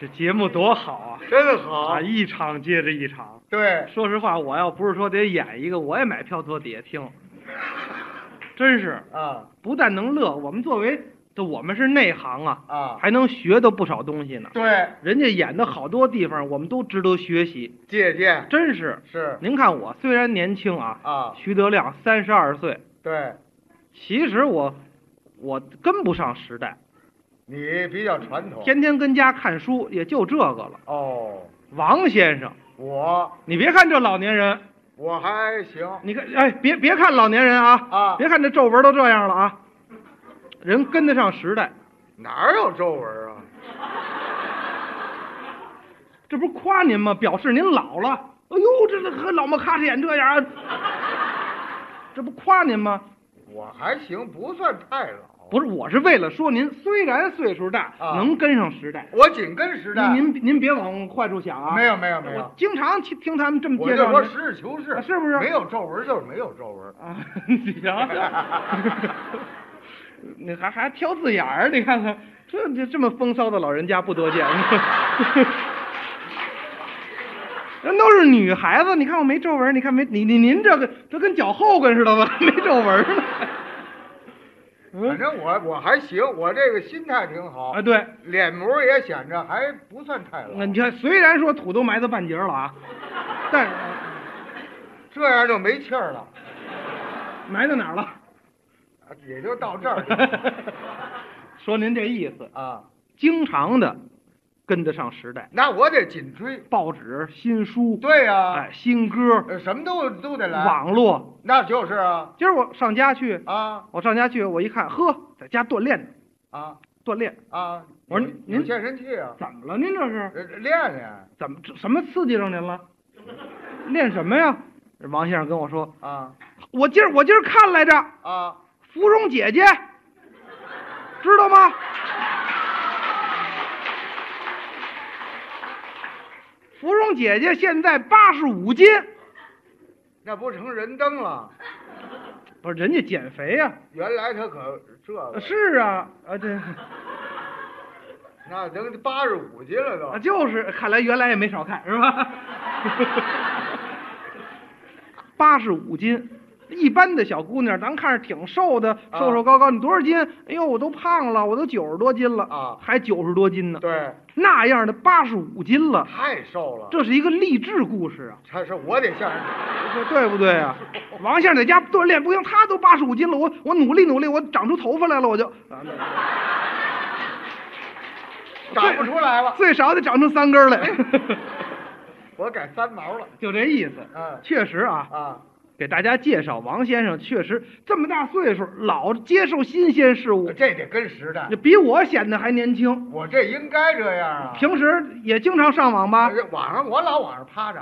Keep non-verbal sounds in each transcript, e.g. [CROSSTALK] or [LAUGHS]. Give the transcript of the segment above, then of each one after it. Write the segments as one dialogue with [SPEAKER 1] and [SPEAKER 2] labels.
[SPEAKER 1] 这节目多好啊！
[SPEAKER 2] 真好
[SPEAKER 1] 啊，。一场接着一场。
[SPEAKER 2] 对，
[SPEAKER 1] 说实话，我要不是说得演一个，我也买票坐底下听。真是，
[SPEAKER 2] 啊
[SPEAKER 1] 不但能乐，我们作为这我们是内行啊，
[SPEAKER 2] 啊，
[SPEAKER 1] 还能学到不少东西呢。
[SPEAKER 2] 对，
[SPEAKER 1] 人家演的好多地方，我们都值得学习。
[SPEAKER 2] 借鉴
[SPEAKER 1] 真是，
[SPEAKER 2] 是
[SPEAKER 1] 您看我虽然年轻啊，
[SPEAKER 2] 啊，
[SPEAKER 1] 徐德亮三十二岁，
[SPEAKER 2] 对
[SPEAKER 1] 其实我我跟不上时代，
[SPEAKER 2] 你比较传统。
[SPEAKER 1] 天天跟家看书，也就这个了。
[SPEAKER 2] 哦，
[SPEAKER 1] 王先生，
[SPEAKER 2] 我
[SPEAKER 1] 你别看这老年人，
[SPEAKER 2] 我还行
[SPEAKER 1] 你看，哎，别别看老年人啊，
[SPEAKER 2] 啊，
[SPEAKER 1] 别看这皱纹都这样了啊，人跟得上时代，
[SPEAKER 2] 哪有皱纹啊？
[SPEAKER 1] 这不是夸您吗？表示您老了。哎呦，这这和老么咔哧眼这样啊，这不夸您吗？
[SPEAKER 2] 我还行，不算太老，
[SPEAKER 1] 不是，我是为了说您虽然岁数大，
[SPEAKER 2] 啊
[SPEAKER 1] 能跟上时代。
[SPEAKER 2] 我紧跟时代。
[SPEAKER 1] 您您您别往坏处想啊！
[SPEAKER 2] 没有没有没
[SPEAKER 1] 我
[SPEAKER 2] 有，
[SPEAKER 1] 经常听听他们这么
[SPEAKER 2] 我
[SPEAKER 1] 介
[SPEAKER 2] 就
[SPEAKER 1] 绍
[SPEAKER 2] 说
[SPEAKER 1] 您，啊
[SPEAKER 2] 实事求是，
[SPEAKER 1] 是不是
[SPEAKER 2] 没有皱纹就是没有皱纹。
[SPEAKER 1] 啊，你瞧，你还还挑字眼儿，你看看这这这么风骚的老人家不多见。 [LAUGHS] 人都是女孩子，你看我没皱纹，你看没你你您这个这跟脚后跟似的吧，没皱纹呢。嗯
[SPEAKER 2] 反正我我还行，我这个心态挺好
[SPEAKER 1] 啊，，对，
[SPEAKER 2] 脸模也显着还不算太老
[SPEAKER 1] 那。你看，虽然说土都埋到半截儿了啊，但是
[SPEAKER 2] 这样就没气儿了，啊
[SPEAKER 1] 埋到哪儿了？
[SPEAKER 2] 也就到这儿
[SPEAKER 1] [LAUGHS] 说您这意思，
[SPEAKER 2] 啊。
[SPEAKER 1] 经常的跟得上时代，
[SPEAKER 2] 那我得紧追。
[SPEAKER 1] 报纸、新书，
[SPEAKER 2] 对呀、
[SPEAKER 1] 哎，新歌、
[SPEAKER 2] 呃什么都都得来。
[SPEAKER 1] 网络。
[SPEAKER 2] 那就是啊
[SPEAKER 1] 今儿我上家去，
[SPEAKER 2] 啊
[SPEAKER 1] 我上家去，我一看，呵，在家锻炼呢，
[SPEAKER 2] 啊
[SPEAKER 1] 锻炼。
[SPEAKER 2] 啊！
[SPEAKER 1] 我说
[SPEAKER 2] 有
[SPEAKER 1] 您
[SPEAKER 2] 有健身器啊，
[SPEAKER 1] 怎么了？您这是
[SPEAKER 2] 呃练练
[SPEAKER 1] 怎么这什么刺激着您了？练什么呀？王先生跟我说，
[SPEAKER 2] 啊
[SPEAKER 1] 我今儿我今儿看来着，
[SPEAKER 2] 啊！
[SPEAKER 1] 芙蓉姐姐，知道吗？芙蓉姐姐现在八十五斤，
[SPEAKER 2] 那不成人灯了？
[SPEAKER 1] 不是人家减肥呀、
[SPEAKER 2] 原来他可这个
[SPEAKER 1] 是啊，啊这
[SPEAKER 2] 那能八十五斤了都
[SPEAKER 1] 啊就是，看来原来也没少看是吧？ [LAUGHS] 八十五斤，一般的小姑娘，咱看着挺瘦的，
[SPEAKER 2] 啊
[SPEAKER 1] 瘦瘦高高，你多少斤？哎呦，我都胖了，我都九十多斤了
[SPEAKER 2] 啊
[SPEAKER 1] 还九十多斤呢，
[SPEAKER 2] 对，
[SPEAKER 1] 那样的八十五斤了。
[SPEAKER 2] 太瘦了。
[SPEAKER 1] 这是一个励志故事啊，
[SPEAKER 2] 这是我得向人
[SPEAKER 1] 对对不对啊？王先生在家锻炼不行，他都八十五斤了，我我努力努力，我长出头发来了，我就啊，那
[SPEAKER 2] 长不出来了，
[SPEAKER 1] 最少得长出三根儿来， [LAUGHS]
[SPEAKER 2] 我改三毛了。
[SPEAKER 1] 就这意思。
[SPEAKER 2] 嗯
[SPEAKER 1] 确实啊，
[SPEAKER 2] 啊，
[SPEAKER 1] 给大家介绍王先生，确实这么大岁数，老接受新鲜事物，
[SPEAKER 2] 这得跟时代
[SPEAKER 1] 这，比我显得还年轻。
[SPEAKER 2] 我这应该这样啊。
[SPEAKER 1] 平时也经常上网吧？
[SPEAKER 2] 这网上我老往上趴着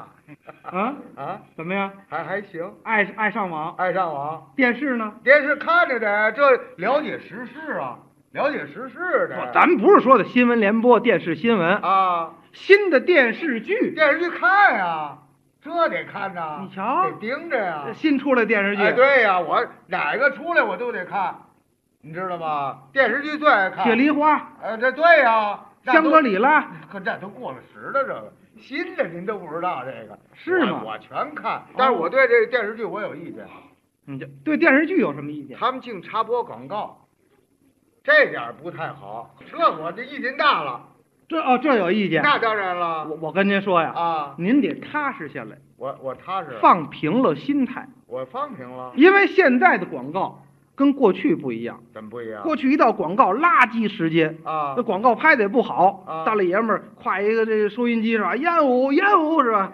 [SPEAKER 1] 啊，
[SPEAKER 2] 啊，
[SPEAKER 1] 怎么样？
[SPEAKER 2] 还还行，
[SPEAKER 1] 爱爱上网？
[SPEAKER 2] 爱上网。
[SPEAKER 1] 电视呢？
[SPEAKER 2] 电视看着得这了解时事啊，了解时事的。
[SPEAKER 1] 咱们不是说的新闻联播、电视新闻，
[SPEAKER 2] 啊，
[SPEAKER 1] 新的电视剧。
[SPEAKER 2] 电视剧看呀、这得看呐、
[SPEAKER 1] 你瞧
[SPEAKER 2] 得盯着呀、
[SPEAKER 1] 呃新出来电视剧，
[SPEAKER 2] 哎，对呀、我哪个出来我都得看，你知道吗？电视剧最爱看。
[SPEAKER 1] 铁梨花、
[SPEAKER 2] 哎，这对呀、那
[SPEAKER 1] 香
[SPEAKER 2] 都
[SPEAKER 1] 格里拉，
[SPEAKER 2] 可这都过了时了，这个新的您都不知道这个
[SPEAKER 1] 是吗哦
[SPEAKER 2] 我我全看，但是我对这个电视剧我有意见，
[SPEAKER 1] 你这对电视剧有什么意见？
[SPEAKER 2] 他们净插播广告，这点儿不太好。这我这意见大了，
[SPEAKER 1] 这哦，这有意见。
[SPEAKER 2] 那当然了
[SPEAKER 1] 我我跟您说呀，
[SPEAKER 2] 啊，
[SPEAKER 1] 您得踏实下来，
[SPEAKER 2] 我我踏实，
[SPEAKER 1] 放平了心态，
[SPEAKER 2] 我放平了，
[SPEAKER 1] 因为现在的广告跟过去不一样。
[SPEAKER 2] 怎么不一样？
[SPEAKER 1] 过去一到广告垃圾时间，
[SPEAKER 2] 啊
[SPEAKER 1] 那广告拍的也不好，
[SPEAKER 2] 啊
[SPEAKER 1] 大老爷们儿挎一个这个收音机是吧？烟雾烟雾是吧？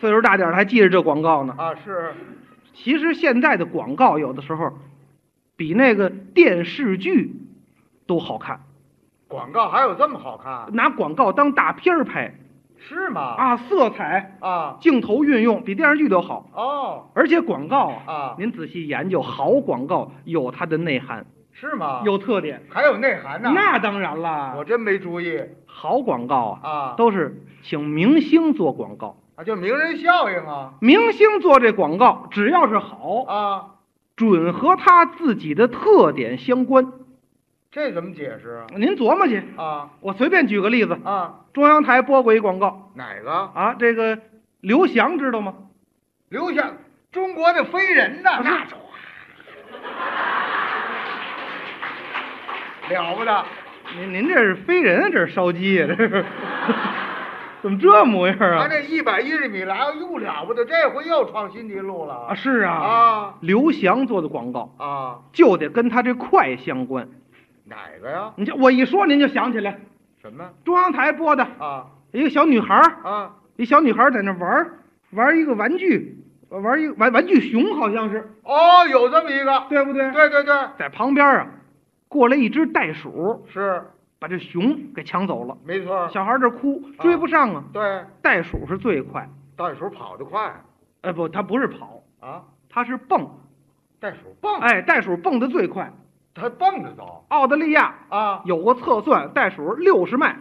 [SPEAKER 1] 岁数大点儿的还记着这广告呢。
[SPEAKER 2] 啊是
[SPEAKER 1] 其实现在的广告有的时候比那个电视剧都好看。
[SPEAKER 2] 广告还有这么好看？
[SPEAKER 1] 拿广告当大片儿拍
[SPEAKER 2] 是吗？
[SPEAKER 1] 啊，色彩、
[SPEAKER 2] 啊
[SPEAKER 1] 镜头运用比电视剧都好。
[SPEAKER 2] 哦
[SPEAKER 1] 而且广告啊，
[SPEAKER 2] 啊
[SPEAKER 1] 您仔细研究，好广告有它的内涵，
[SPEAKER 2] 是吗？
[SPEAKER 1] 有特点。
[SPEAKER 2] 还有内涵呢，
[SPEAKER 1] 啊那当然啦
[SPEAKER 2] 我，真没注意
[SPEAKER 1] 好广告啊，
[SPEAKER 2] 啊
[SPEAKER 1] 都是请明星做广告，
[SPEAKER 2] 啊，就名人效应啊
[SPEAKER 1] 明星做这广告，只要是好，
[SPEAKER 2] 啊。
[SPEAKER 1] 准和他自己的特点相关。
[SPEAKER 2] 这怎么解释啊？
[SPEAKER 1] 您琢磨去。
[SPEAKER 2] 啊
[SPEAKER 1] 我随便举个例子，
[SPEAKER 2] 啊，
[SPEAKER 1] 中央台播过一广告
[SPEAKER 2] 哪个？
[SPEAKER 1] 啊，这个刘翔知道吗？
[SPEAKER 2] 留下中国的飞人呐，
[SPEAKER 1] 哦那啊
[SPEAKER 2] 是了不得。
[SPEAKER 1] 您您这是飞人，啊这是烧鸡呀，这是 [LAUGHS] 怎么这模样
[SPEAKER 2] 他
[SPEAKER 1] 啊？
[SPEAKER 2] 这一百一十米栏又了不得，这回又创新低路了
[SPEAKER 1] 啊，是啊，
[SPEAKER 2] 啊
[SPEAKER 1] 刘翔做的广告
[SPEAKER 2] 啊，
[SPEAKER 1] 就得跟他这快相关。
[SPEAKER 2] 哪个呀？
[SPEAKER 1] 你这我一说您就想起来，
[SPEAKER 2] 什么？
[SPEAKER 1] 中央台播的
[SPEAKER 2] 啊
[SPEAKER 1] 一个小女孩儿，
[SPEAKER 2] 啊
[SPEAKER 1] 一小女孩儿在那玩儿玩一个玩具，玩一个玩玩具熊，好像是
[SPEAKER 2] 哦，有这么一个，
[SPEAKER 1] 对不对？
[SPEAKER 2] 对对对，
[SPEAKER 1] 在旁边啊，过来一只袋鼠，
[SPEAKER 2] 是
[SPEAKER 1] 把这熊给抢走了。
[SPEAKER 2] 没错，
[SPEAKER 1] 小孩儿这哭，追不上啊。
[SPEAKER 2] 对，
[SPEAKER 1] 袋鼠是最快，
[SPEAKER 2] 袋鼠跑得快
[SPEAKER 1] 呃，不，它不是跑，
[SPEAKER 2] 啊，
[SPEAKER 1] 它是蹦。
[SPEAKER 2] 袋鼠蹦，
[SPEAKER 1] 哎，袋鼠蹦得最快。
[SPEAKER 2] 它蹦得早
[SPEAKER 1] 澳大利亚
[SPEAKER 2] 啊，
[SPEAKER 1] 有过测算，袋鼠六十迈，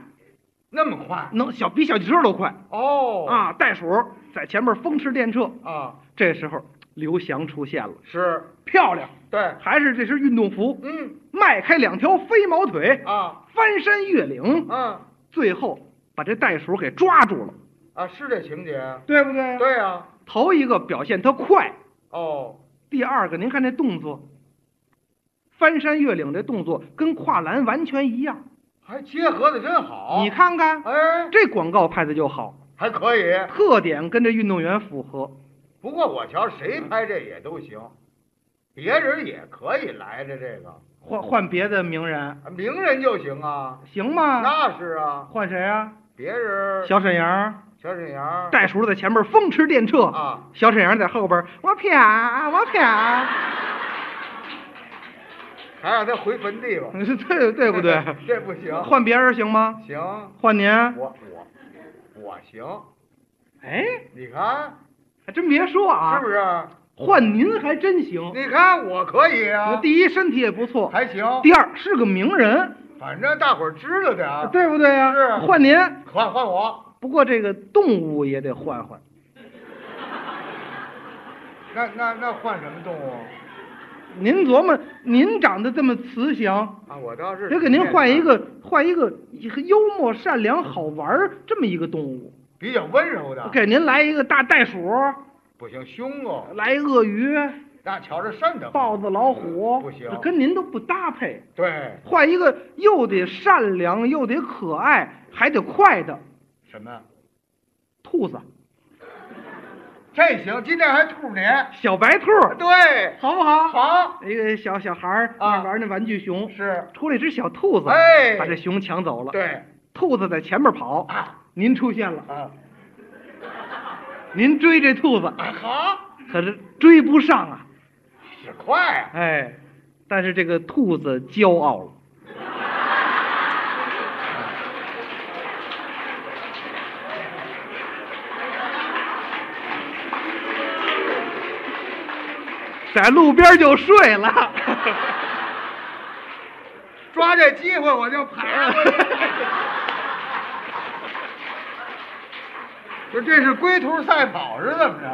[SPEAKER 2] 那么快
[SPEAKER 1] 能小比小汽车都快
[SPEAKER 2] 哦
[SPEAKER 1] 啊！袋鼠在前面风驰电掣。
[SPEAKER 2] 啊
[SPEAKER 1] 这时候，刘翔出现了，
[SPEAKER 2] 是，
[SPEAKER 1] 漂亮，
[SPEAKER 2] 对，
[SPEAKER 1] 还是这身运动服，
[SPEAKER 2] 嗯
[SPEAKER 1] 迈开两条飞毛腿，
[SPEAKER 2] 啊
[SPEAKER 1] 翻山越岭，
[SPEAKER 2] 嗯
[SPEAKER 1] 最后把这袋鼠给抓住了，
[SPEAKER 2] 啊，是这情节，
[SPEAKER 1] 对不对？
[SPEAKER 2] 对啊，
[SPEAKER 1] 头一个表现它快，
[SPEAKER 2] 哦，
[SPEAKER 1] 第二个您看这动作，翻山越岭这动作跟跨栏完全一样，
[SPEAKER 2] 还结合的真好，
[SPEAKER 1] 你，看看
[SPEAKER 2] 哎，
[SPEAKER 1] 这广告拍的就好，
[SPEAKER 2] 还可以，
[SPEAKER 1] 特点跟这运动员符合。
[SPEAKER 2] 不过我瞧谁拍这也都行，别人也可以来着这个，
[SPEAKER 1] 换换别的名人
[SPEAKER 2] 啊名人就行啊，
[SPEAKER 1] 行吗？
[SPEAKER 2] 那是啊，
[SPEAKER 1] 换谁啊？
[SPEAKER 2] 别人
[SPEAKER 1] 小沈阳，
[SPEAKER 2] 小沈阳
[SPEAKER 1] 袋鼠在前面风驰电掣，
[SPEAKER 2] 啊，
[SPEAKER 1] 小沈阳在后边，我啪我啊啪，
[SPEAKER 2] 还让他回坟地吧，
[SPEAKER 1] 是 [LAUGHS] 对嗯对不对？
[SPEAKER 2] [LAUGHS] 这不行，
[SPEAKER 1] 换别人行吗？
[SPEAKER 2] 行，
[SPEAKER 1] 换您？
[SPEAKER 2] 我我我行，
[SPEAKER 1] 哎，
[SPEAKER 2] 你看
[SPEAKER 1] 还真别说啊，
[SPEAKER 2] 是不是？
[SPEAKER 1] 换您还真行。
[SPEAKER 2] 你看我可以啊，
[SPEAKER 1] 第一，身体也不错；
[SPEAKER 2] 还行，
[SPEAKER 1] 第二，是个名人，
[SPEAKER 2] 反正大伙儿知道的啊。
[SPEAKER 1] 对不对呀、
[SPEAKER 2] 是
[SPEAKER 1] 换您。
[SPEAKER 2] 换换我，
[SPEAKER 1] 不过这个动物也得换换，
[SPEAKER 2] 那那那换什么动物
[SPEAKER 1] 您琢磨，您长得这么慈祥，
[SPEAKER 2] 啊？我倒是
[SPEAKER 1] 得给您换一个，换一个幽默、善良、好玩儿这么一个动物，
[SPEAKER 2] 比较温柔的，
[SPEAKER 1] 给您来一个大袋鼠，
[SPEAKER 2] 不行，凶哦，
[SPEAKER 1] 来鳄鱼、
[SPEAKER 2] 那瞧着瘆得慌。
[SPEAKER 1] 豹子、老虎，
[SPEAKER 2] 不行
[SPEAKER 1] 跟您都不搭配。
[SPEAKER 2] 对，
[SPEAKER 1] 换一个又得善良又得可爱还得快的
[SPEAKER 2] 什么？
[SPEAKER 1] 兔子，
[SPEAKER 2] 这行，今天还兔年。
[SPEAKER 1] 小白兔，
[SPEAKER 2] 啊对，
[SPEAKER 1] 好不好？
[SPEAKER 2] 好
[SPEAKER 1] 一个小小孩儿
[SPEAKER 2] 啊
[SPEAKER 1] 玩那玩具熊，
[SPEAKER 2] 是，
[SPEAKER 1] 出来一只小兔子，
[SPEAKER 2] 哎
[SPEAKER 1] 把这熊抢走了。
[SPEAKER 2] 对
[SPEAKER 1] 兔子在前面跑，
[SPEAKER 2] 啊
[SPEAKER 1] 您出现了，
[SPEAKER 2] 啊，
[SPEAKER 1] 您追这兔子，
[SPEAKER 2] 好，
[SPEAKER 1] 可是追不上啊！
[SPEAKER 2] 是快啊，
[SPEAKER 1] 哎，但是这个兔子骄傲了， [LAUGHS] 在路边就睡了。
[SPEAKER 2] 抓这机会我就 [LAUGHS] 爬过去。不是，这是龟兔赛跑是怎么着？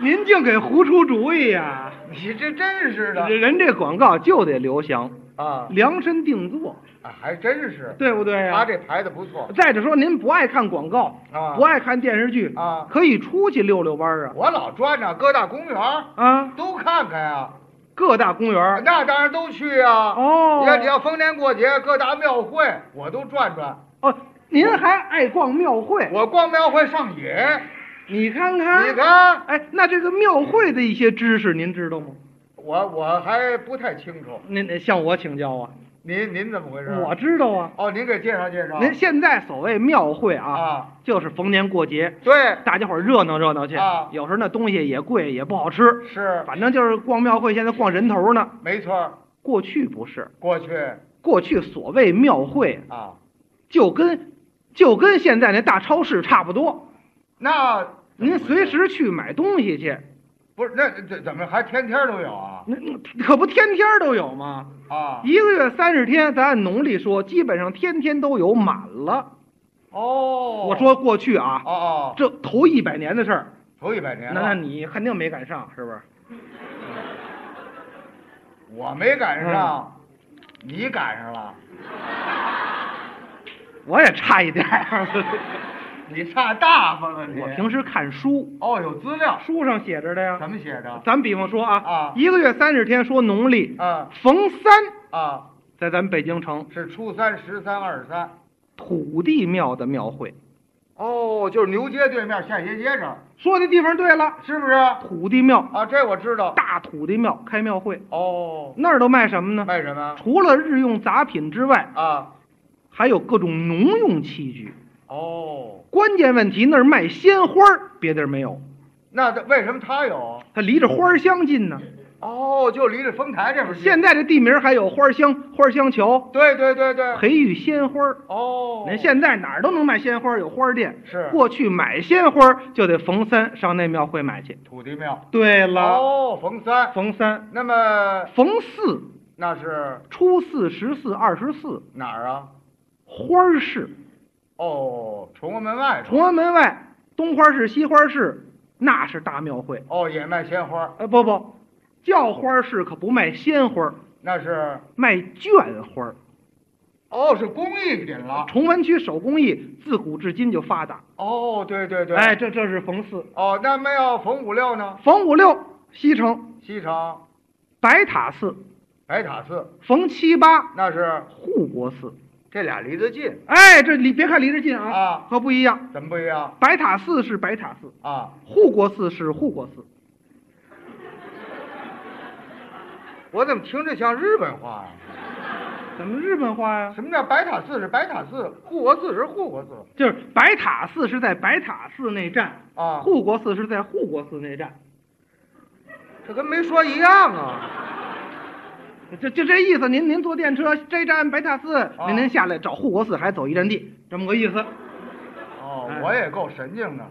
[SPEAKER 1] 您净给胡出主意呀、
[SPEAKER 2] 你这真是的
[SPEAKER 1] 这人这广告就得刘翔
[SPEAKER 2] 啊
[SPEAKER 1] 量身定做，
[SPEAKER 2] 啊，还真是。
[SPEAKER 1] 对不对呀、
[SPEAKER 2] 他这排的不错，
[SPEAKER 1] 再者说，您不爱看广告，
[SPEAKER 2] 啊
[SPEAKER 1] 不爱看电视剧
[SPEAKER 2] 啊
[SPEAKER 1] 可以出去溜溜弯儿啊
[SPEAKER 2] 我老转着各大公园儿
[SPEAKER 1] 啊！
[SPEAKER 2] 都看看呀、
[SPEAKER 1] 各大公园儿
[SPEAKER 2] 那当然都去啊。
[SPEAKER 1] 啊哦
[SPEAKER 2] 你看你要逢年过节，各大庙会我都转转，
[SPEAKER 1] 哦，您还爱逛庙会？
[SPEAKER 2] 我逛庙会上瘾。
[SPEAKER 1] 你看看，
[SPEAKER 2] 你，看，
[SPEAKER 1] 哎，那这个庙会的一些知识您知道吗？
[SPEAKER 2] 我我还不太清楚，
[SPEAKER 1] 您得向我请教啊，
[SPEAKER 2] 您您怎么回事？
[SPEAKER 1] 我知道啊。
[SPEAKER 2] 哦，您给介绍介绍。
[SPEAKER 1] 您现在所谓庙会啊，
[SPEAKER 2] 啊
[SPEAKER 1] 就是逢年过节，
[SPEAKER 2] 对
[SPEAKER 1] 大家伙儿热闹热闹去。
[SPEAKER 2] 啊
[SPEAKER 1] 有时候那东西也贵，也不好吃，
[SPEAKER 2] 是
[SPEAKER 1] 反正就是逛庙会，现在逛人头呢。
[SPEAKER 2] 没错儿，
[SPEAKER 1] 过去不是，
[SPEAKER 2] 过去
[SPEAKER 1] 过去所谓庙会
[SPEAKER 2] 啊，
[SPEAKER 1] 就跟就跟现在那大超市差不多，
[SPEAKER 2] 那
[SPEAKER 1] 您随时去买东西去，
[SPEAKER 2] 不是那这怎么还天天都有啊？
[SPEAKER 1] 那那可不天天都有吗？
[SPEAKER 2] 啊
[SPEAKER 1] 一个月三十天，咱按农历说，基本上天天都有，满了。
[SPEAKER 2] 哦，
[SPEAKER 1] 我说过去啊，
[SPEAKER 2] 哦哦，
[SPEAKER 1] 这头一百年的事儿，
[SPEAKER 2] 头一百年
[SPEAKER 1] 那
[SPEAKER 2] 了。
[SPEAKER 1] 那你肯定没赶上，是不是？嗯
[SPEAKER 2] 我没赶上，你赶上了，
[SPEAKER 1] 我也差一点儿。
[SPEAKER 2] [LAUGHS] 你差大发了你。
[SPEAKER 1] 我平时看书，
[SPEAKER 2] 哦有资料，
[SPEAKER 1] 书上写着的呀。
[SPEAKER 2] 怎么写的？
[SPEAKER 1] 咱比方说啊，
[SPEAKER 2] 啊
[SPEAKER 1] 一个月三十天，说农历，
[SPEAKER 2] 啊
[SPEAKER 1] 逢三，
[SPEAKER 2] 啊，
[SPEAKER 1] 在咱北京城
[SPEAKER 2] 是初三、十三、二十三。
[SPEAKER 1] 土地庙的庙会，
[SPEAKER 2] 哦，就是牛街对面下斜街这儿，
[SPEAKER 1] 说的地方对了，
[SPEAKER 2] 是不是？啊，
[SPEAKER 1] 土地庙，
[SPEAKER 2] 这我知道。
[SPEAKER 1] 大土地庙开庙会，
[SPEAKER 2] 哦，
[SPEAKER 1] 那儿都卖什么呢？
[SPEAKER 2] 卖什么？
[SPEAKER 1] 除了日用杂品之外，
[SPEAKER 2] 啊，
[SPEAKER 1] 还有各种农用器具。
[SPEAKER 2] 哦，
[SPEAKER 1] 关键问题那儿卖鲜花儿，别地儿没有，
[SPEAKER 2] 那这为什么他有？
[SPEAKER 1] 它离着花香近呢。
[SPEAKER 2] 哦，就离着丰台这边近。
[SPEAKER 1] 现在这地名还有花香、花香桥，
[SPEAKER 2] 对对对对。
[SPEAKER 1] 培育鲜花儿。
[SPEAKER 2] 哦，
[SPEAKER 1] 您现在哪儿都能卖鲜花儿，有花儿店。
[SPEAKER 2] 是
[SPEAKER 1] 过去买鲜花儿就得逢三上那庙会买去。
[SPEAKER 2] 土地庙。
[SPEAKER 1] 对了，
[SPEAKER 2] 哦，逢三。
[SPEAKER 1] 逢三、
[SPEAKER 2] 那么
[SPEAKER 1] 逢四、
[SPEAKER 2] 那是
[SPEAKER 1] 初四、十四、二十四，
[SPEAKER 2] 哪儿啊？
[SPEAKER 1] 花儿市，
[SPEAKER 2] 哦，崇文门外头。
[SPEAKER 1] 崇安门外东花市、西花市，那是大庙会。
[SPEAKER 2] 哦，也卖鲜花，
[SPEAKER 1] 呃，不不，叫花市可不卖鲜花儿，
[SPEAKER 2] 那是
[SPEAKER 1] 卖绢花儿。
[SPEAKER 2] 哦，是工艺品了。
[SPEAKER 1] 崇文区手工艺自古至今就发达。
[SPEAKER 2] 哦，对对对。
[SPEAKER 1] 哎，这这是逢四，
[SPEAKER 2] 哦，那么要逢五六呢？
[SPEAKER 1] 逢五六西城
[SPEAKER 2] 西城
[SPEAKER 1] 白塔寺，
[SPEAKER 2] 白塔寺，
[SPEAKER 1] 逢七八
[SPEAKER 2] 那是
[SPEAKER 1] 护国寺。
[SPEAKER 2] 这俩离得近，
[SPEAKER 1] 哎，这离别看离着近啊，
[SPEAKER 2] 啊
[SPEAKER 1] 可不一样。
[SPEAKER 2] 怎么不一样
[SPEAKER 1] 白塔寺是白塔寺，
[SPEAKER 2] 啊？
[SPEAKER 1] 护国寺是护国寺。
[SPEAKER 2] 我怎么听着像日本话呀、
[SPEAKER 1] 怎么日本话呀？
[SPEAKER 2] 什么叫白塔寺是白塔寺，护国寺是护国寺
[SPEAKER 1] 就是白塔寺是在白塔寺那站，
[SPEAKER 2] 啊？
[SPEAKER 1] 护国寺是在护国寺那站，
[SPEAKER 2] 这跟没说一样啊！
[SPEAKER 1] [LAUGHS] 就就这意思。您您坐电车这站白塔寺，
[SPEAKER 2] 啊
[SPEAKER 1] 您您下来找护国寺，还走一站地，这么个意思。 [LAUGHS]
[SPEAKER 2] 哦
[SPEAKER 1] 哎，
[SPEAKER 2] 我也够
[SPEAKER 1] [LAUGHS]
[SPEAKER 2] 神经的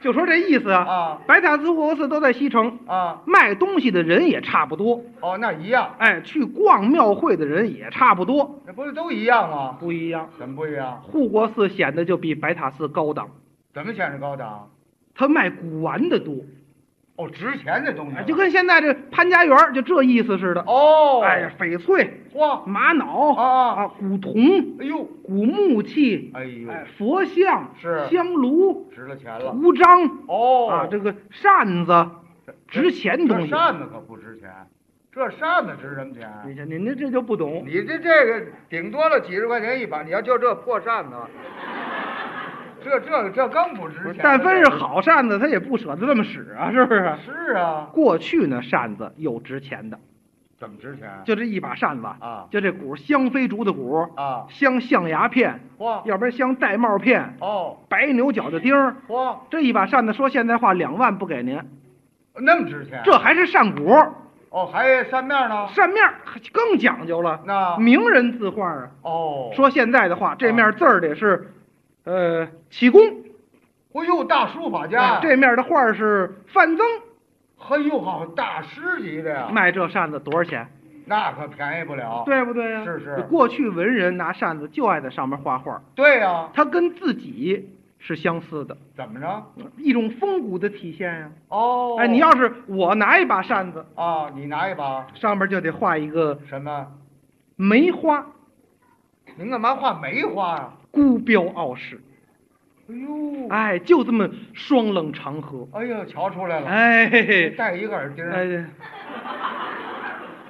[SPEAKER 1] 就说这意思啊，
[SPEAKER 2] 啊
[SPEAKER 1] 白塔寺、护国寺都在西城，
[SPEAKER 2] 啊！
[SPEAKER 1] 卖东西的人也差不多，
[SPEAKER 2] 哦，那一样，
[SPEAKER 1] 哎，去逛庙会的人也差不多，
[SPEAKER 2] 那不是都一样吗？
[SPEAKER 1] 不一样。
[SPEAKER 2] 怎么不一样？
[SPEAKER 1] 护国寺显得就比白塔寺高档，
[SPEAKER 2] 怎么显示高档？
[SPEAKER 1] 它卖古玩的多，
[SPEAKER 2] 哦，值钱的东西
[SPEAKER 1] 哎，就跟现在这潘家园儿就这意思似的。
[SPEAKER 2] 哦，
[SPEAKER 1] 哎呀，翡翠、
[SPEAKER 2] 嚯，
[SPEAKER 1] 玛瑙
[SPEAKER 2] 啊
[SPEAKER 1] 啊，古铜、
[SPEAKER 2] 哎呦，
[SPEAKER 1] 古木器，
[SPEAKER 2] 哎呦，
[SPEAKER 1] 哎，佛像
[SPEAKER 2] 是
[SPEAKER 1] 香炉、
[SPEAKER 2] 值了钱了。
[SPEAKER 1] 图章
[SPEAKER 2] 哦，
[SPEAKER 1] 啊，这个扇子，值钱东
[SPEAKER 2] 这
[SPEAKER 1] 西。
[SPEAKER 2] 扇子可不值钱，这扇子值什么钱？啊
[SPEAKER 1] 你这您您这就不懂，
[SPEAKER 2] 你这这个顶多了几十块钱一把，你要就这破扇子，这这这更不值
[SPEAKER 1] 不是
[SPEAKER 2] 钱。
[SPEAKER 1] 但凡是，好扇子，他也不舍得这么使啊，是不是？
[SPEAKER 2] 是啊，
[SPEAKER 1] 过去呢，扇子有值钱的，
[SPEAKER 2] 怎么值钱？
[SPEAKER 1] 就这一把扇子，
[SPEAKER 2] 嗯啊
[SPEAKER 1] 就这股香飞竹的股，
[SPEAKER 2] 啊，
[SPEAKER 1] 镶象牙片，
[SPEAKER 2] 嚯
[SPEAKER 1] 要不然镶玳瑁片，
[SPEAKER 2] 哦
[SPEAKER 1] 白牛角的钉儿。
[SPEAKER 2] 嚯，
[SPEAKER 1] 这一把扇子说现在话两万不给您，
[SPEAKER 2] 那么值钱？啊
[SPEAKER 1] 这还是扇骨，
[SPEAKER 2] 嗯哦，还扇面呢？
[SPEAKER 1] 扇面儿更讲究了，
[SPEAKER 2] 那
[SPEAKER 1] 名人字画啊。
[SPEAKER 2] 哦，
[SPEAKER 1] 说现在的话，这面字儿得是，呃，启功，哎
[SPEAKER 2] 哎呦，大书法家，
[SPEAKER 1] 这面的画儿是范增，
[SPEAKER 2] 嘿哎呦，好大师级的呀，
[SPEAKER 1] 卖这扇子多少钱？
[SPEAKER 2] 那可便宜不了。
[SPEAKER 1] 对不对呀、
[SPEAKER 2] 哦是是
[SPEAKER 1] 过去文人拿扇子就爱在上面画画，
[SPEAKER 2] 对呀，
[SPEAKER 1] 它跟自己是相似的，
[SPEAKER 2] 怎么着？
[SPEAKER 1] 一种风骨的体现呀、
[SPEAKER 2] 哦，
[SPEAKER 1] 哎，你要是我拿一把扇子，
[SPEAKER 2] 啊，你拿一把
[SPEAKER 1] 上面就得画一个
[SPEAKER 2] 什么？
[SPEAKER 1] 梅花，
[SPEAKER 2] 您干嘛画梅花呀？
[SPEAKER 1] 孤标傲世。
[SPEAKER 2] 哎呦，
[SPEAKER 1] 哎，就这么双冷长河。
[SPEAKER 2] 哎呦，瞧出来了，
[SPEAKER 1] 哎嘿嘿，
[SPEAKER 2] 戴一个耳钉儿，
[SPEAKER 1] 哎，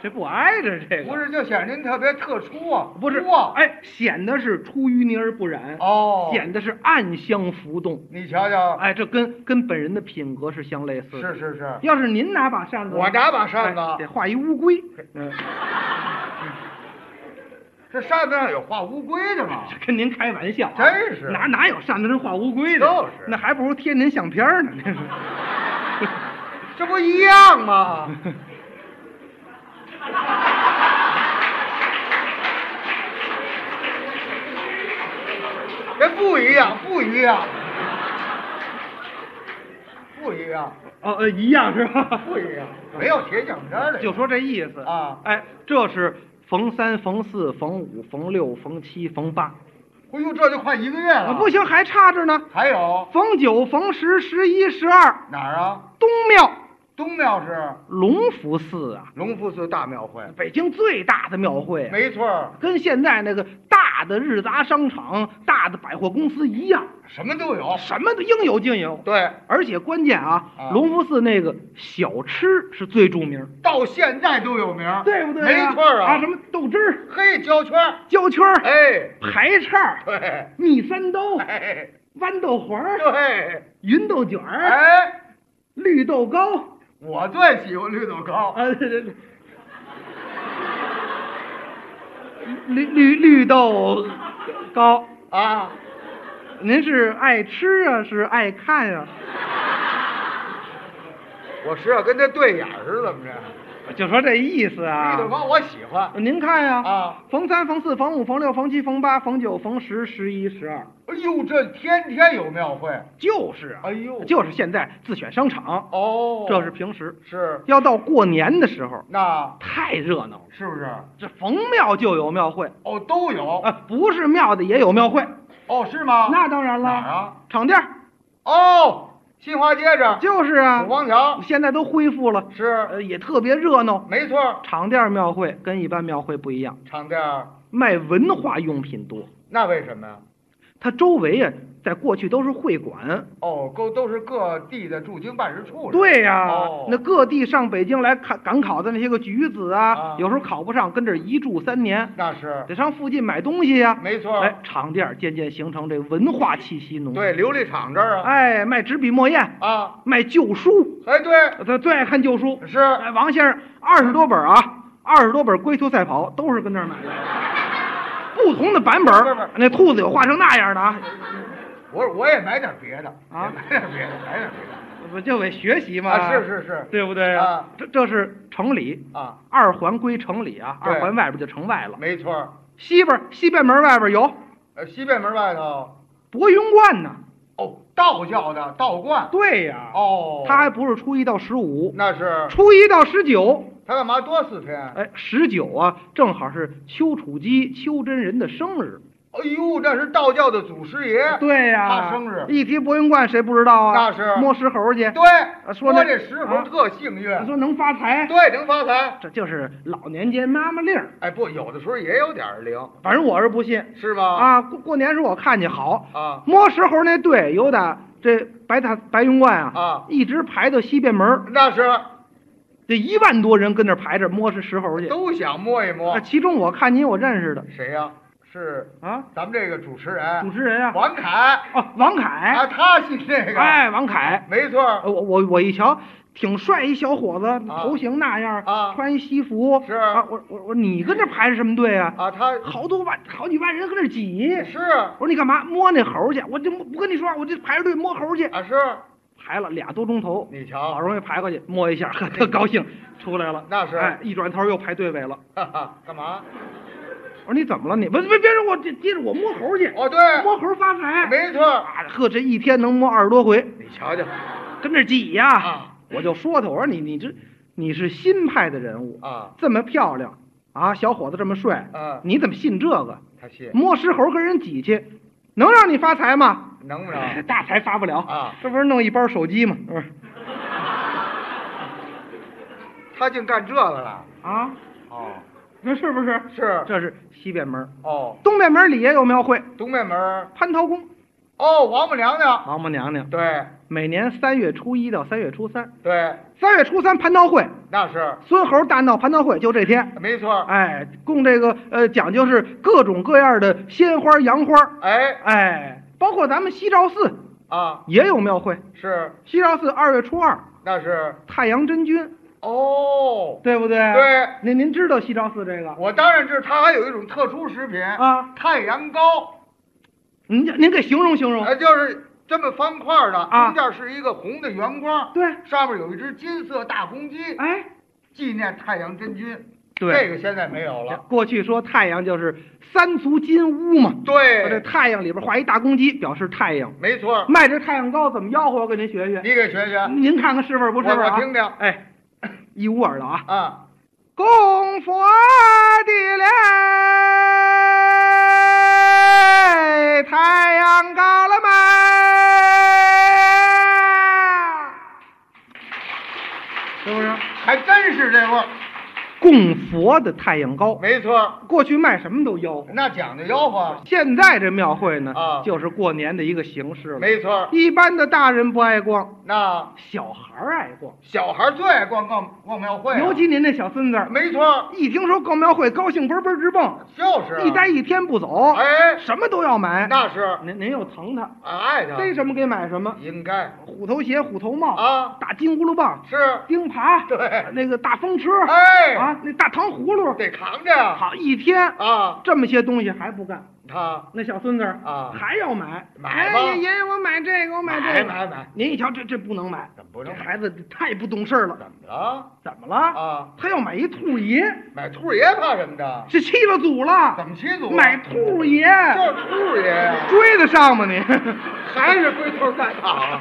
[SPEAKER 1] 这不挨着这个，
[SPEAKER 2] 不是就显得您特别特殊啊？
[SPEAKER 1] 不是
[SPEAKER 2] 哇，，
[SPEAKER 1] 哎，显得是出淤泥而不染，
[SPEAKER 2] 哦，
[SPEAKER 1] 显得是暗香浮动。
[SPEAKER 2] 你瞧瞧，
[SPEAKER 1] 哎，这跟跟本人的品格是相类似的。
[SPEAKER 2] 是是是，
[SPEAKER 1] 要是您拿把扇子，
[SPEAKER 2] 我拿把扇
[SPEAKER 1] 哎
[SPEAKER 2] 子
[SPEAKER 1] 得，画一乌龟，嗯，
[SPEAKER 2] 这扇子上有画乌龟的吗？
[SPEAKER 1] 跟您开玩笑啊、
[SPEAKER 2] 真是
[SPEAKER 1] 哪哪有扇子能画乌龟的？
[SPEAKER 2] 就是
[SPEAKER 1] 那还不如贴您相片儿呢。那是，
[SPEAKER 2] 这不一
[SPEAKER 1] [LAUGHS]
[SPEAKER 2] 样吗？这不一样，不一样，不一样，
[SPEAKER 1] 哦，呃，一样是吧？
[SPEAKER 2] 不一样，没有铁奖章的。
[SPEAKER 1] 就说这意思
[SPEAKER 2] 啊
[SPEAKER 1] 哎，这是逢三、逢四、逢五、逢六、逢七、逢八，
[SPEAKER 2] 哎呦，这就快一个月了。
[SPEAKER 1] 啊，不，行，还差着呢。
[SPEAKER 2] 还有
[SPEAKER 1] 逢九、逢十、十一、十二，
[SPEAKER 2] 哪儿啊？
[SPEAKER 1] 东庙
[SPEAKER 2] 东庙是
[SPEAKER 1] 隆福寺啊，
[SPEAKER 2] 隆福寺大庙会，
[SPEAKER 1] 北京最大的庙会，啊
[SPEAKER 2] 没错儿，
[SPEAKER 1] 跟现在那个大的日杂商场、大的百货公司一样，
[SPEAKER 2] 什么都有。
[SPEAKER 1] 什么都应有尽有。
[SPEAKER 2] 对，
[SPEAKER 1] 而且关键啊
[SPEAKER 2] 啊，
[SPEAKER 1] 隆福寺那个小吃是最著名儿，
[SPEAKER 2] 到现在都有名儿，
[SPEAKER 1] 对不对啊？
[SPEAKER 2] 没错儿
[SPEAKER 1] 啊，
[SPEAKER 2] 啊
[SPEAKER 1] 什么啊豆汁儿、
[SPEAKER 2] 黑胶圈儿，
[SPEAKER 1] 焦圈儿、
[SPEAKER 2] 哎，
[SPEAKER 1] 排叉儿、
[SPEAKER 2] 对，
[SPEAKER 1] 蜜三刀、
[SPEAKER 2] 哎，
[SPEAKER 1] 豌豆黄儿、
[SPEAKER 2] 对，
[SPEAKER 1] 芸豆卷儿、
[SPEAKER 2] 哎，
[SPEAKER 1] 绿豆糕，
[SPEAKER 2] 我最喜欢绿豆糕，
[SPEAKER 1] 啊，对对对绿绿绿豆糕。
[SPEAKER 2] 啊，
[SPEAKER 1] 您是爱吃啊，是爱看啊？
[SPEAKER 2] 我是要跟他对眼儿是怎么着？
[SPEAKER 1] 就说这意思
[SPEAKER 2] 绿豆
[SPEAKER 1] 啊。
[SPEAKER 2] 糕我喜欢
[SPEAKER 1] 您看呀、
[SPEAKER 2] 啊，
[SPEAKER 1] 逢三、逢四、逢五、逢六、逢七、逢八、逢九、逢十、十一、十二，
[SPEAKER 2] 哎呦，这天天有庙会，
[SPEAKER 1] 就是啊，
[SPEAKER 2] 哎呦，
[SPEAKER 1] 就是现在自选商场，
[SPEAKER 2] 哦，
[SPEAKER 1] 这是平时。
[SPEAKER 2] 是，
[SPEAKER 1] 要到过年的时候，
[SPEAKER 2] 那
[SPEAKER 1] 太热闹了，
[SPEAKER 2] 是不是？
[SPEAKER 1] 这逢庙就有庙会
[SPEAKER 2] 哦，都有，
[SPEAKER 1] 啊，不是庙的也有庙会，
[SPEAKER 2] 哦，是吗？
[SPEAKER 1] 那当然了。
[SPEAKER 2] 哪儿啊？
[SPEAKER 1] 场地儿
[SPEAKER 2] 哦，新华街上，
[SPEAKER 1] 就是啊
[SPEAKER 2] 五，方桥
[SPEAKER 1] 现在都恢复了，
[SPEAKER 2] 是，
[SPEAKER 1] 呃，也特别热闹。
[SPEAKER 2] 没错儿，
[SPEAKER 1] 场地儿庙会跟一般庙会不一样，
[SPEAKER 2] 场店儿，
[SPEAKER 1] 卖文化用品多。
[SPEAKER 2] 那为什么呀？
[SPEAKER 1] 它周围呀，在过去都是会馆。
[SPEAKER 2] 哦，都都是各地的驻京办事处。，
[SPEAKER 1] 对呀、
[SPEAKER 2] 哦
[SPEAKER 1] 那各地上北京来考赶考的那些个举子啊，
[SPEAKER 2] 啊
[SPEAKER 1] 有时候考不上，跟这儿一住三年，
[SPEAKER 2] 那是
[SPEAKER 1] 得上附近买东西呀、
[SPEAKER 2] 没错。
[SPEAKER 1] 哎，场店儿渐渐形成这文化气息浓。，
[SPEAKER 2] 对，琉璃厂这儿
[SPEAKER 1] 嗯
[SPEAKER 2] 啊，
[SPEAKER 1] 哎，卖纸笔墨砚，
[SPEAKER 2] 啊，
[SPEAKER 1] 卖旧书，
[SPEAKER 2] 哎，对，
[SPEAKER 1] 他最爱看旧书。
[SPEAKER 2] 是，
[SPEAKER 1] 哎，王先生二十多本啊，二十多本《龟兔赛跑》都是跟这儿买的，不同的版本
[SPEAKER 2] 不是不
[SPEAKER 1] 儿
[SPEAKER 2] 是。
[SPEAKER 1] 那兔子有画成那样的啊，
[SPEAKER 2] 我我也买点别的
[SPEAKER 1] 啊
[SPEAKER 2] 也买点别的，买点别的
[SPEAKER 1] 不就得学习嘛？
[SPEAKER 2] 啊，是是是，
[SPEAKER 1] 对不对呀、
[SPEAKER 2] 啊
[SPEAKER 1] 这这是城里，
[SPEAKER 2] 啊，
[SPEAKER 1] 二环归城里啊，
[SPEAKER 2] 对
[SPEAKER 1] 二环外边就城外了。
[SPEAKER 2] 没错儿。
[SPEAKER 1] 西边儿西便门外边有
[SPEAKER 2] 呃，西便门外头，
[SPEAKER 1] 博云观呢。
[SPEAKER 2] 哦，道教的道观，
[SPEAKER 1] 对呀、
[SPEAKER 2] 哦，
[SPEAKER 1] 他还不是初一到十五，
[SPEAKER 2] 那是
[SPEAKER 1] 初一到十九，
[SPEAKER 2] 他干嘛多四天？
[SPEAKER 1] 哎，十九啊，正好是丘处机、丘真人的生日。
[SPEAKER 2] 哎呦，那是道教的祖师爷，
[SPEAKER 1] 对呀、
[SPEAKER 2] 他生日
[SPEAKER 1] 一提博云观，谁不知道啊？
[SPEAKER 2] 那是
[SPEAKER 1] 摸石猴去，
[SPEAKER 2] 对，
[SPEAKER 1] 啊说那
[SPEAKER 2] 那这石
[SPEAKER 1] 啊
[SPEAKER 2] 猴特幸运，
[SPEAKER 1] 他说能发财，
[SPEAKER 2] 对，能发财。
[SPEAKER 1] 这就是老年间妈妈令儿。
[SPEAKER 2] 哎，不，有的时候也有点儿灵，
[SPEAKER 1] 反正我是不信
[SPEAKER 2] 是吧？
[SPEAKER 1] 啊。过过年时候我看见好，
[SPEAKER 2] 啊
[SPEAKER 1] 摸石猴那队有打这白塔白云观啊，
[SPEAKER 2] 啊，
[SPEAKER 1] 一直排到西便门儿，
[SPEAKER 2] 那是
[SPEAKER 1] 这一万多人跟那儿排着摸着石猴去。
[SPEAKER 2] 都想摸一摸
[SPEAKER 1] 啊，。其中我看你有认识的
[SPEAKER 2] 谁呀、是
[SPEAKER 1] 啊，
[SPEAKER 2] 咱们这个主持
[SPEAKER 1] 主
[SPEAKER 2] 人
[SPEAKER 1] 持人啊，
[SPEAKER 2] 王凯
[SPEAKER 1] 哦，王凯，
[SPEAKER 2] 啊，他信这个，
[SPEAKER 1] 哎，王凯，
[SPEAKER 2] 没错
[SPEAKER 1] 呃
[SPEAKER 2] 儿，
[SPEAKER 1] 我我我一瞧，挺帅一小伙子，
[SPEAKER 2] 啊
[SPEAKER 1] 头型那样，
[SPEAKER 2] 啊
[SPEAKER 1] 穿一西服，
[SPEAKER 2] 是
[SPEAKER 1] 啊，我我我你跟这排着什么队啊？
[SPEAKER 2] 啊，他
[SPEAKER 1] 好多万好几万人跟那儿挤。
[SPEAKER 2] 是啊
[SPEAKER 1] 我说你干嘛摸那猴去？我就不不跟你说话，我就排着队摸猴去，
[SPEAKER 2] 是，
[SPEAKER 1] 排了俩多钟头，
[SPEAKER 2] 你
[SPEAKER 1] 好
[SPEAKER 2] 瞧，
[SPEAKER 1] 容易排过去摸一下， [LAUGHS] 呵，特高兴，出来了。
[SPEAKER 2] 那是
[SPEAKER 1] 哎，一转头又排队尾了。
[SPEAKER 2] 哈哈，干嘛？
[SPEAKER 1] 我说你怎么了你？别别别说我，接接着我摸猴去，
[SPEAKER 2] 哦，对，
[SPEAKER 1] 摸猴发财。
[SPEAKER 2] 没错儿，
[SPEAKER 1] 啊，呵，这一天能摸二十多回，
[SPEAKER 2] 你瞧瞧
[SPEAKER 1] 跟这挤呀、
[SPEAKER 2] 啊
[SPEAKER 1] 我就说他，我说你你这你是新派的人物，
[SPEAKER 2] 啊，
[SPEAKER 1] 这么漂亮啊，小伙子这么帅，
[SPEAKER 2] 嗯，
[SPEAKER 1] 你怎么信这个？
[SPEAKER 2] 他信，
[SPEAKER 1] 摸石猴跟人挤去，能让你发财吗？
[SPEAKER 2] 能不
[SPEAKER 1] 哎
[SPEAKER 2] 能？
[SPEAKER 1] 大财发不了
[SPEAKER 2] 啊！
[SPEAKER 1] 这不是弄一包手机吗？是不是
[SPEAKER 2] 他竟干这个了？
[SPEAKER 1] 啊，
[SPEAKER 2] 哦，
[SPEAKER 1] 那是不是？
[SPEAKER 2] 是，
[SPEAKER 1] 这是西便门，
[SPEAKER 2] 哦，
[SPEAKER 1] 东便门里也有庙会，
[SPEAKER 2] 东面门儿，
[SPEAKER 1] 蟠桃宫，
[SPEAKER 2] 哦，王母娘娘，
[SPEAKER 1] 王母娘娘，
[SPEAKER 2] 对
[SPEAKER 1] 每年三月初一到三月初三，
[SPEAKER 2] 对，
[SPEAKER 1] 三月初三蟠桃会，
[SPEAKER 2] 那是
[SPEAKER 1] 孙猴大闹蟠桃会，就这天。
[SPEAKER 2] 没错儿，
[SPEAKER 1] 哎，供这个呃讲究是各种各样的鲜花、洋花，
[SPEAKER 2] 哎
[SPEAKER 1] 哎，包括咱们西照寺
[SPEAKER 2] 啊，
[SPEAKER 1] 也有庙会。
[SPEAKER 2] 是，
[SPEAKER 1] 西照寺二月初二
[SPEAKER 2] 那是，
[SPEAKER 1] 太阳真君，
[SPEAKER 2] 哦，
[SPEAKER 1] 对不对？。
[SPEAKER 2] 对。
[SPEAKER 1] 您您知道西照寺这个
[SPEAKER 2] 我当然知道，它还有一种特殊食品，
[SPEAKER 1] 啊？
[SPEAKER 2] 太阳糕，
[SPEAKER 1] 您这您给形容形容。
[SPEAKER 2] 呃，就是这么方块儿的，
[SPEAKER 1] 啊
[SPEAKER 2] 中间是一个红的圆光，
[SPEAKER 1] 对，
[SPEAKER 2] 上面有一只金色大公鸡，
[SPEAKER 1] 哎，
[SPEAKER 2] 纪念太阳真君。这
[SPEAKER 1] 对。
[SPEAKER 2] 个现在没有了。
[SPEAKER 1] 过去说太阳就是三足金乌嘛，把这
[SPEAKER 2] 对，
[SPEAKER 1] 太阳里边画一大公鸡，表示太阳。
[SPEAKER 2] 没错，
[SPEAKER 1] 卖这太阳糕怎么吆喝？我给您学学，
[SPEAKER 2] 你给学学，
[SPEAKER 1] 您看看是味儿不
[SPEAKER 2] 我
[SPEAKER 1] 是味儿
[SPEAKER 2] 啊我
[SPEAKER 1] 啊？
[SPEAKER 2] 听听
[SPEAKER 1] 哎，一捂耳朵啊。
[SPEAKER 2] 啊。
[SPEAKER 1] 供佛的嘞，太阳高了吗？活的太阳糕。
[SPEAKER 2] 没错，
[SPEAKER 1] 过去卖什么都吆喝，
[SPEAKER 2] 那讲究吆喝，
[SPEAKER 1] 现在这庙会呢，
[SPEAKER 2] 啊
[SPEAKER 1] 就是过年的一个形式了。
[SPEAKER 2] 没错。
[SPEAKER 1] 一般的大人不爱逛，
[SPEAKER 2] 那
[SPEAKER 1] 小孩儿爱逛，
[SPEAKER 2] 小孩最爱逛逛逛庙会啊，
[SPEAKER 1] 尤其您这小孙子儿，
[SPEAKER 2] 没错，
[SPEAKER 1] 一听说逛庙会，高兴嘣嘣直蹦，
[SPEAKER 2] 就是啊
[SPEAKER 1] 一待一天不走，
[SPEAKER 2] 哎，
[SPEAKER 1] 什么都要买。
[SPEAKER 2] 那是
[SPEAKER 1] 您您又疼他，
[SPEAKER 2] 俺爱
[SPEAKER 1] 逮
[SPEAKER 2] 他，
[SPEAKER 1] 什么哦给买什么，
[SPEAKER 2] 应该
[SPEAKER 1] 虎头鞋、虎头帽，
[SPEAKER 2] 啊，
[SPEAKER 1] 大金箍噜棒、
[SPEAKER 2] 是，
[SPEAKER 1] 钉耙，
[SPEAKER 2] 对
[SPEAKER 1] 那个大风车，
[SPEAKER 2] 哎
[SPEAKER 1] 啊，那大糖葫芦，
[SPEAKER 2] 得扛着呀，
[SPEAKER 1] 好一天
[SPEAKER 2] 啊，
[SPEAKER 1] 这么些东西还不干，
[SPEAKER 2] 他
[SPEAKER 1] 那小孙子儿
[SPEAKER 2] 啊
[SPEAKER 1] 还要买，
[SPEAKER 2] 买吧
[SPEAKER 1] 哎呀，爷爷我买这个，我买这
[SPEAKER 2] 买
[SPEAKER 1] 个，
[SPEAKER 2] 买买，
[SPEAKER 1] 您一瞧这这不能买，
[SPEAKER 2] 怎么不
[SPEAKER 1] 这
[SPEAKER 2] 能买？
[SPEAKER 1] 孩子太不懂事儿了，
[SPEAKER 2] 怎么了？
[SPEAKER 1] 怎么了？
[SPEAKER 2] 啊，
[SPEAKER 1] 他要买一兔爷，
[SPEAKER 2] 买兔爷怕什么的？
[SPEAKER 1] 是气了祖
[SPEAKER 2] 怎
[SPEAKER 1] 了，
[SPEAKER 2] 么七祖啊
[SPEAKER 1] 买兔爷，
[SPEAKER 2] 就是兔爷呀，
[SPEAKER 1] 追得上吗你？ [LAUGHS] 啊
[SPEAKER 2] 还是龟头盖塔。